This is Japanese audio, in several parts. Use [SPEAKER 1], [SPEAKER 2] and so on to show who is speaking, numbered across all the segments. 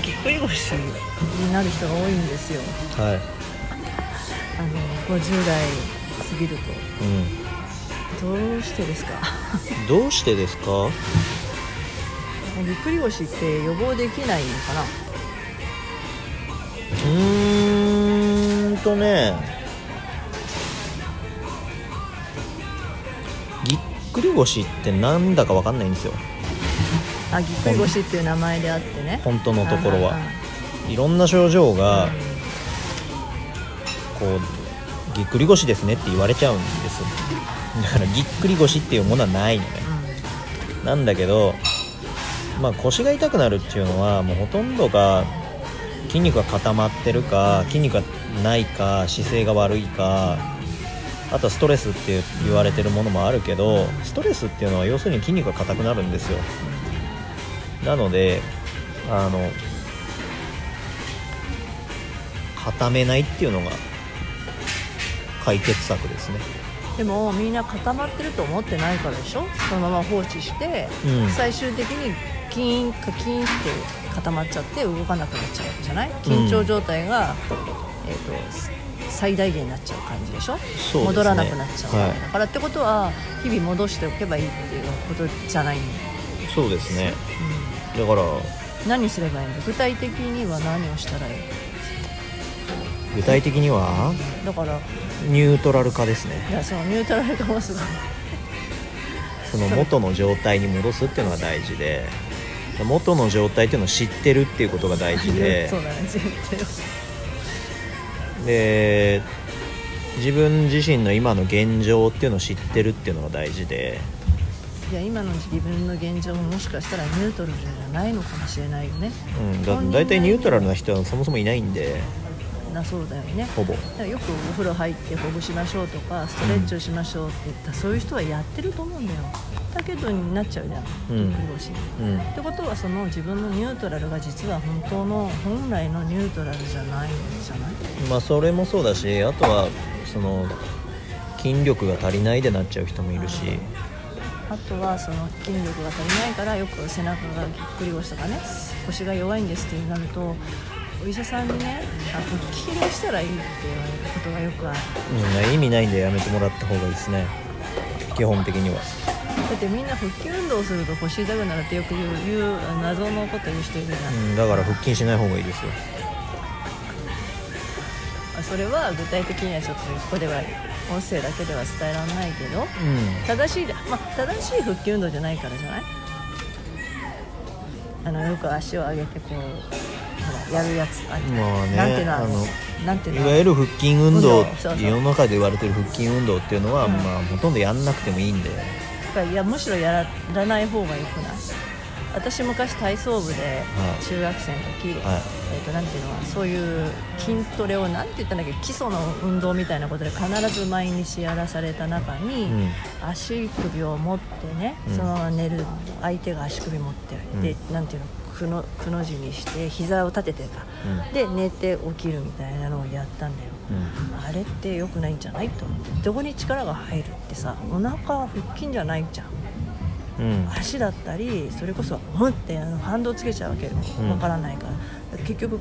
[SPEAKER 1] っこいい星になる人が多いんですよ
[SPEAKER 2] はい
[SPEAKER 1] あの50代過ぎると
[SPEAKER 2] う
[SPEAKER 1] どうしてですか
[SPEAKER 2] ん、どうしてですか
[SPEAKER 1] ぎっくり腰って予防できないのかな
[SPEAKER 2] うーんとねぎっくり腰ってなんだかわかんないんですよ
[SPEAKER 1] あぎっくり腰っていう名前であってね
[SPEAKER 2] 本当のところは
[SPEAKER 1] あ
[SPEAKER 2] いろんな症状
[SPEAKER 1] ああ
[SPEAKER 2] が
[SPEAKER 1] うん
[SPEAKER 2] こうぎっくり腰ですねって言われちゃうんですだからぎっくり腰っていうものはないのねなんだけど、まあ、腰が痛くなるっていうのはもうほとんどが筋肉が固まってるか筋肉がないか姿勢が悪いかあとはストレスって言われてるものもあるけどストレスっていうのは要するに筋肉が硬くなるんですよなのであの固めないっていうのが解決策ですね
[SPEAKER 1] でもみんな固まってると思ってないからでしょそのまま放置して、
[SPEAKER 2] うん
[SPEAKER 1] 最終的にキーンカキーンって固まっちゃって動かなくなっちゃうじゃない緊張状態が、えー、とす最大限になっちゃう感じでしょ
[SPEAKER 2] うですね
[SPEAKER 1] 戻らなくなっちゃう、
[SPEAKER 2] はい
[SPEAKER 1] だからってことは日々戻しておけばいいっていうことじゃないんだ、
[SPEAKER 2] そうですね
[SPEAKER 1] う
[SPEAKER 2] だから
[SPEAKER 1] ん、何すればいいの具体的には何をしたらいい
[SPEAKER 2] 具体的には
[SPEAKER 1] のだから
[SPEAKER 2] ニュートラル化ですね
[SPEAKER 1] いやそのニュートラル化もすごい
[SPEAKER 2] その元の状態に戻すっていうのが大事で元の状態っていうのを知ってるっていうことが大事で
[SPEAKER 1] そうだね絶対
[SPEAKER 2] で自分自身の今の現状っていうのを知ってるっていうのが大事で
[SPEAKER 1] いや今の自分の現状ももしかしたらニュートラルじゃないのかもしれないよね
[SPEAKER 2] うんだ大体ニュートラルな人はそもそもいないんで
[SPEAKER 1] なそうだよね
[SPEAKER 2] ほぼ
[SPEAKER 1] だからよくお風呂入ってほぐしましょうとかストレッチをしましょうって言ったらそういう人はやってると思うんだよだけどになっちゃうじゃん
[SPEAKER 2] うん
[SPEAKER 1] ぎっくり腰に
[SPEAKER 2] うん
[SPEAKER 1] ってことはその自分のニュートラルが実は本当の本来のニュートラルじゃないんじゃない
[SPEAKER 2] まあそれもそうだしあとはその筋力が足りないでなっちゃう人もいるし
[SPEAKER 1] あとはその筋力が足りないからよく背中がぎっくり腰とかね腰が弱いんですってなるとお医者さんにねあ腹筋をしたらいいって言われることがよくある
[SPEAKER 2] うん意味ないんでやめてもらった方がいいですね基本的には
[SPEAKER 1] だってみんな腹筋運動をすると腰痛くなるってよく言う言う謎のこと言う人いるじゃん、
[SPEAKER 2] うんだから腹筋しない方がいいですよ
[SPEAKER 1] あそれは具体的にはちょっとここでは音声だけでは伝えられないけど
[SPEAKER 2] うん
[SPEAKER 1] 正しいで、まあ、正しい腹筋運動じゃないからじゃないあのよく足を上げてこうほらやるやつあれ
[SPEAKER 2] まあね
[SPEAKER 1] なんていうのあ
[SPEAKER 2] あの
[SPEAKER 1] なんていう
[SPEAKER 2] い
[SPEAKER 1] の
[SPEAKER 2] わゆる腹筋運動
[SPEAKER 1] そうそう
[SPEAKER 2] 世の中で言われてる腹筋運動っていうのは、まあ、ほとんどやんなくてもいいんで、
[SPEAKER 1] いやむしろやらない方がよくない私昔体操部で
[SPEAKER 2] はい
[SPEAKER 1] 中学生の時、
[SPEAKER 2] はい
[SPEAKER 1] えっとなんていうのそういう筋トレをなんて言ったんだっけ基礎の運動みたいなことで必ず毎日やらされた中に、
[SPEAKER 2] うん
[SPEAKER 1] 足首を持ってね
[SPEAKER 2] うん
[SPEAKER 1] そのまま寝る相手が足首持って、でなんていうのくのくの字にして膝を立ててか、
[SPEAKER 2] うん
[SPEAKER 1] で寝て起きるみたいなのをやったんだよ、
[SPEAKER 2] うん
[SPEAKER 1] あれって良くないんじゃないと思ってどこに力が入るってさお腹腹筋じゃないじゃん
[SPEAKER 2] うん
[SPEAKER 1] 足だったりそれこそうんってあの反動つけちゃうわけよ
[SPEAKER 2] うん
[SPEAKER 1] わからないから、結局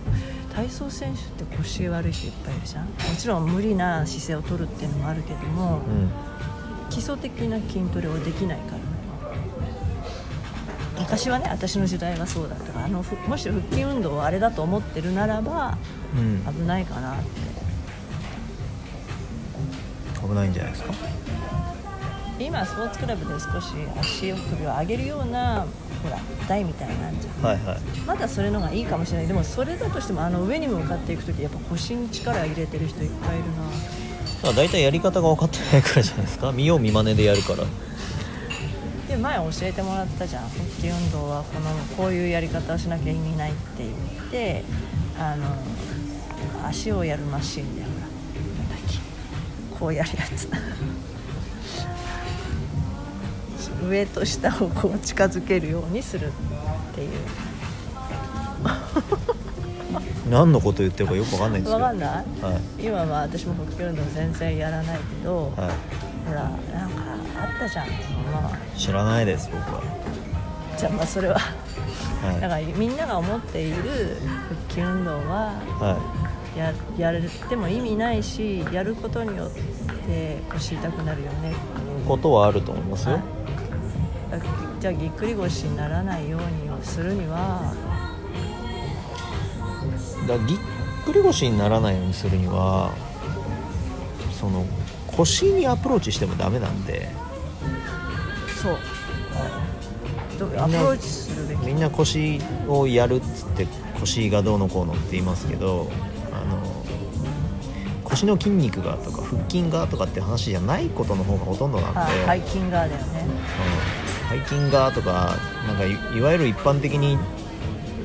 [SPEAKER 1] 体操選手って腰悪い人いっぱいいるじゃんもちろん無理な姿勢を取るっていうのもあるけども、
[SPEAKER 2] うん
[SPEAKER 1] 基礎的な筋トレをできないから昔はね私の時代がそうだったからあのふもし腹筋運動をあれだと思ってるならば
[SPEAKER 2] うん
[SPEAKER 1] 危ないかなって
[SPEAKER 2] 危ないんじゃないですか
[SPEAKER 1] 今スポーツクラブで少し足首を上げるようなほら台みたいなのあんじゃん
[SPEAKER 2] はいはい
[SPEAKER 1] まだそれの方がいいかもしれないでもそれだとしてもあの上に向かっていく時やっぱ腰に力入れてる人いっぱいいるな
[SPEAKER 2] ただ大体やり方が分かってないからじゃないですか見 よう見まねでやるから
[SPEAKER 1] で前教えてもらったじゃん腹筋運動はこのこういうやり方をしなきゃ意味ないって言ってあの足をやるマシンでほらなんだっけこうやるやつ上と下をこう近づけるようにするっていう
[SPEAKER 2] 何のこと言ってるかよく分かんないんです
[SPEAKER 1] わ
[SPEAKER 2] けど
[SPEAKER 1] かんない
[SPEAKER 2] はい
[SPEAKER 1] 今は私も腹筋運動全然やらないけど、
[SPEAKER 2] は
[SPEAKER 1] ほらなんかあったじゃん、まあ
[SPEAKER 2] い、知らないです僕は
[SPEAKER 1] じゃあまあそれは
[SPEAKER 2] は
[SPEAKER 1] だ
[SPEAKER 2] い
[SPEAKER 1] からみんなが思っている復帰運動は
[SPEAKER 2] は
[SPEAKER 1] ややれても意味ないしやることによって腰痛くなるよね
[SPEAKER 2] いことはあると思いますよ、
[SPEAKER 1] だからじゃあぎっくり腰にならないようにをするには
[SPEAKER 2] だからぎっくり腰にならないようにするにはその腰にアプローチしてもダメなんで
[SPEAKER 1] そうどアプローチするべき
[SPEAKER 2] みんな腰をやるっつって腰がどうのこうのって言いますけどあの腰の筋肉がとか腹筋がとかって話じゃないことの方がほとんどなんで、
[SPEAKER 1] あハイキングだよね
[SPEAKER 2] うん背筋がとかなんかいいわゆる一般的に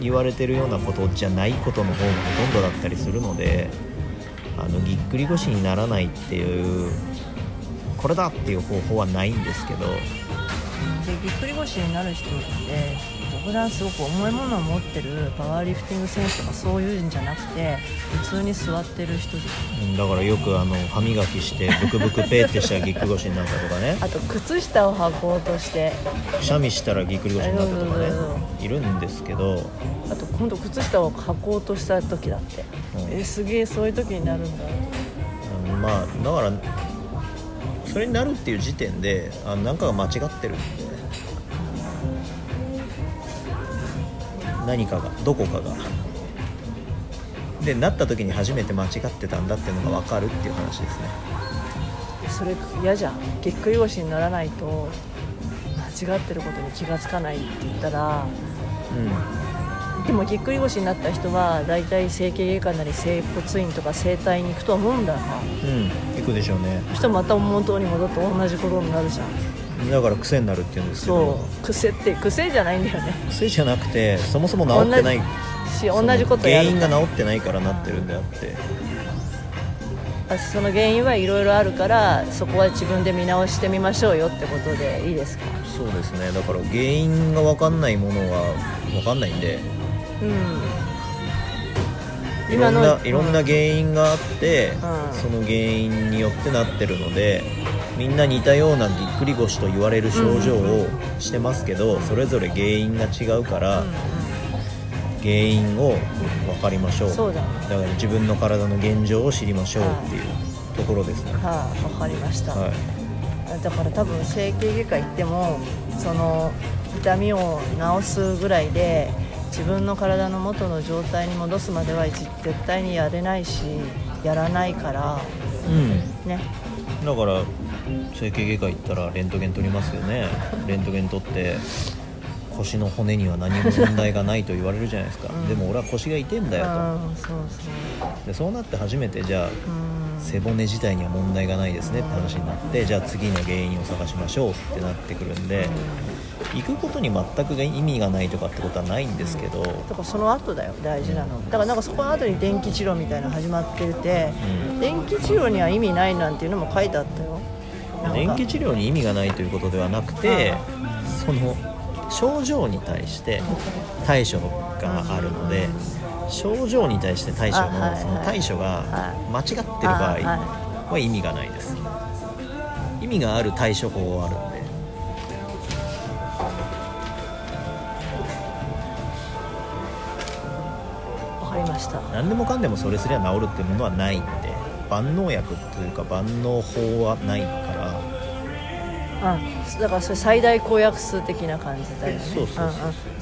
[SPEAKER 2] 言われてるようなことじゃないことの方がほとんどだったりするのであのぎっくり腰にならないっていうこれだっていう方法はないんですけど
[SPEAKER 1] でぎっくり腰になる人って普段すごく重いものを持ってるパワーリフティング選手とかそういうんじゃなくて普通に座ってる人です
[SPEAKER 2] うんだからよくあの歯磨きしてブクブクペーってしたらぎっくり腰になったとかね
[SPEAKER 1] あと靴下を履こうとして
[SPEAKER 2] くしゃみしたらぎっくり腰になったとかねいるんですけど
[SPEAKER 1] あと今度靴下を履こうとした時だって、
[SPEAKER 2] うん
[SPEAKER 1] えすげえそういう時になるんだ
[SPEAKER 2] うんまあだからそれになるっていう時点であなんかが間違ってるんで何かがどこかがでなった時に初めて間違ってたんだっていうのが分かるっていう話ですね
[SPEAKER 1] それ嫌じゃんぎっくり腰にならないと間違ってることに気がつかないって言ったらでもぎっくり腰になった人は大体整形外科なり整骨院とか整体に行くと思うんだよな
[SPEAKER 2] うんうんいくでしょうね
[SPEAKER 1] そしたらまた元に戻って同じことになるじゃん
[SPEAKER 2] だから癖になるっていうんですけ
[SPEAKER 1] そ
[SPEAKER 2] ど
[SPEAKER 1] う癖って癖じゃないんだよね
[SPEAKER 2] 癖じゃなくてそもそも治ってない
[SPEAKER 1] 同じし同じことやる
[SPEAKER 2] その原因が治ってないからなってるんであって
[SPEAKER 1] あその原因はいろいろあるからそこは自分で見直してみましょうよってことでいいですか
[SPEAKER 2] そうですねだから原因が分かんないものは分かんないんで
[SPEAKER 1] うん
[SPEAKER 2] いろ
[SPEAKER 1] 今
[SPEAKER 2] んな
[SPEAKER 1] の
[SPEAKER 2] いろんな原因があって、
[SPEAKER 1] うん
[SPEAKER 2] その原因によってなってるのでみんな似たようなぎっくり腰と言われる症状をしてますけど、それぞれ原因が違うから、原因を分かりましょう
[SPEAKER 1] そうだね
[SPEAKER 2] から自分の体の現状を知りましょうっていうところですね、
[SPEAKER 1] はい、わかりました、
[SPEAKER 2] はい
[SPEAKER 1] だから多分整形外科行ってもその痛みを治すぐらいで自分の体の元の状態に戻すまでは絶対にやれないしやらないから
[SPEAKER 2] うん、
[SPEAKER 1] ね
[SPEAKER 2] だから整形外科行ったらレントゲン取ります よねレントゲン取って腰の骨には何も問題がないと言われるじゃないですか、
[SPEAKER 1] うん
[SPEAKER 2] でも俺は腰が痛いん
[SPEAKER 1] う
[SPEAKER 2] だよと、
[SPEAKER 1] んそうそう
[SPEAKER 2] でそうなって初めてじゃあ
[SPEAKER 1] うん
[SPEAKER 2] 背骨自体には問題がないですねって話になってじゃあ次の原因を探しましょうってなってくるんで行くことに全く意味がないとかってことはないんですけど、
[SPEAKER 1] だからその後だよ大事なのだからなんかそこの後に電気治療みたいなの始まってて、
[SPEAKER 2] う
[SPEAKER 1] 電気治療には意味ないなんていうのも書いてあったよなんか
[SPEAKER 2] 電気治療に意味がないということではなくてその症状に対して対処があるので症状に対して対処
[SPEAKER 1] あはいは
[SPEAKER 2] の
[SPEAKER 1] い
[SPEAKER 2] その対処が間違ってる場合
[SPEAKER 1] あ
[SPEAKER 2] は意味がないです意味がある対処法はあるんで
[SPEAKER 1] わかりました
[SPEAKER 2] 何でもかんでもそれすりゃ治るってものはないんで万能薬というか万能法はないから
[SPEAKER 1] あだからそれ最大公約数的な感じだよね
[SPEAKER 2] そうそうそうそうん
[SPEAKER 1] う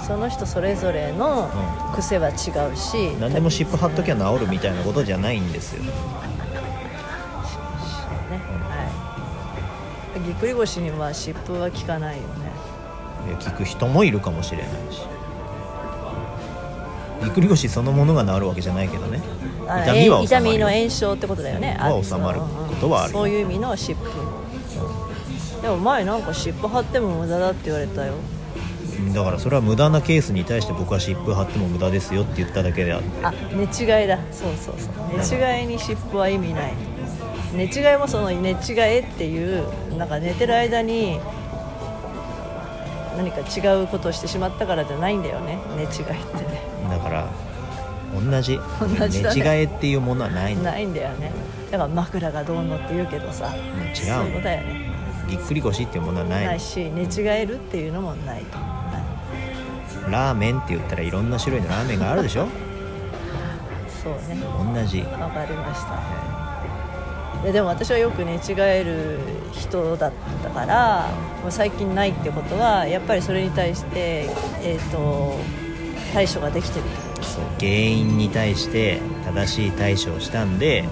[SPEAKER 1] んその人それぞれの癖は違うし、
[SPEAKER 2] 何でも湿布貼っときゃ治るみたいなことじゃないんですよ
[SPEAKER 1] ねはい、ぎっくり腰には湿布は効かないよね
[SPEAKER 2] いや聞く人もいるかもしれないしぎっくり腰そのものが治るわけじゃないけどね
[SPEAKER 1] あ
[SPEAKER 2] 痛みは
[SPEAKER 1] え
[SPEAKER 2] 治まる
[SPEAKER 1] 痛みの炎症ってことだよね
[SPEAKER 2] は治まることはある
[SPEAKER 1] そういう意味の湿布でも前なんか湿布貼っても無駄だって言われたよ
[SPEAKER 2] だからそれは無駄なケースに対して僕は湿布貼っても無駄ですよって言っただけであって
[SPEAKER 1] あ寝違いだそうそうそう寝違いに湿布は意味ない寝違いもその寝違えっていうなんか寝てる間に何か違うことをしてしまったからじゃないんだよね寝違いってね
[SPEAKER 2] だから同じ
[SPEAKER 1] 同じだね
[SPEAKER 2] 寝違えっていうものはないんだ
[SPEAKER 1] ないんだよねだから枕がどうのって言うけどさ違
[SPEAKER 2] 違う
[SPEAKER 1] そういうことだよね
[SPEAKER 2] ぎっくり腰っていうものはない
[SPEAKER 1] ないし寝違えるっていうのもないと、は
[SPEAKER 2] ラーメンって言ったらいろんな種類のラーメンがあるでしょ
[SPEAKER 1] そうね
[SPEAKER 2] 同じ
[SPEAKER 1] わかりましたいやでも私はよく寝違える人だったからもう最近ないってことはやっぱりそれに対して、えー、と対処ができてるってこと
[SPEAKER 2] そう原因に対して正しい対処をしたんで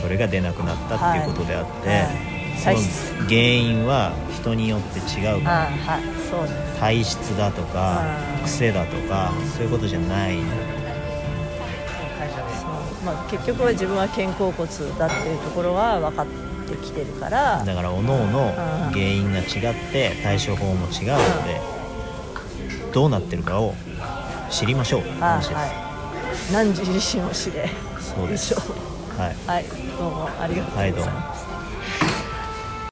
[SPEAKER 2] それが出なくなったっていうことであって、
[SPEAKER 1] はいはい体質
[SPEAKER 2] その原因は人によって違うから
[SPEAKER 1] ああはいそうね
[SPEAKER 2] 体質だとか
[SPEAKER 1] はい
[SPEAKER 2] 癖だとかそういうことじゃないんだ
[SPEAKER 1] そう、まあ、結局は自分は肩甲骨だっていうところは分かってきてるから
[SPEAKER 2] だからおのおの
[SPEAKER 1] はい
[SPEAKER 2] 原因が違って対処法も違うのでどうなってるかを知りましょうって
[SPEAKER 1] ああ
[SPEAKER 2] 話です、
[SPEAKER 1] はい何時自身を知れ
[SPEAKER 2] そうです
[SPEAKER 1] 以上
[SPEAKER 2] はい
[SPEAKER 1] はいどうもありがとうございます、
[SPEAKER 2] はいどうも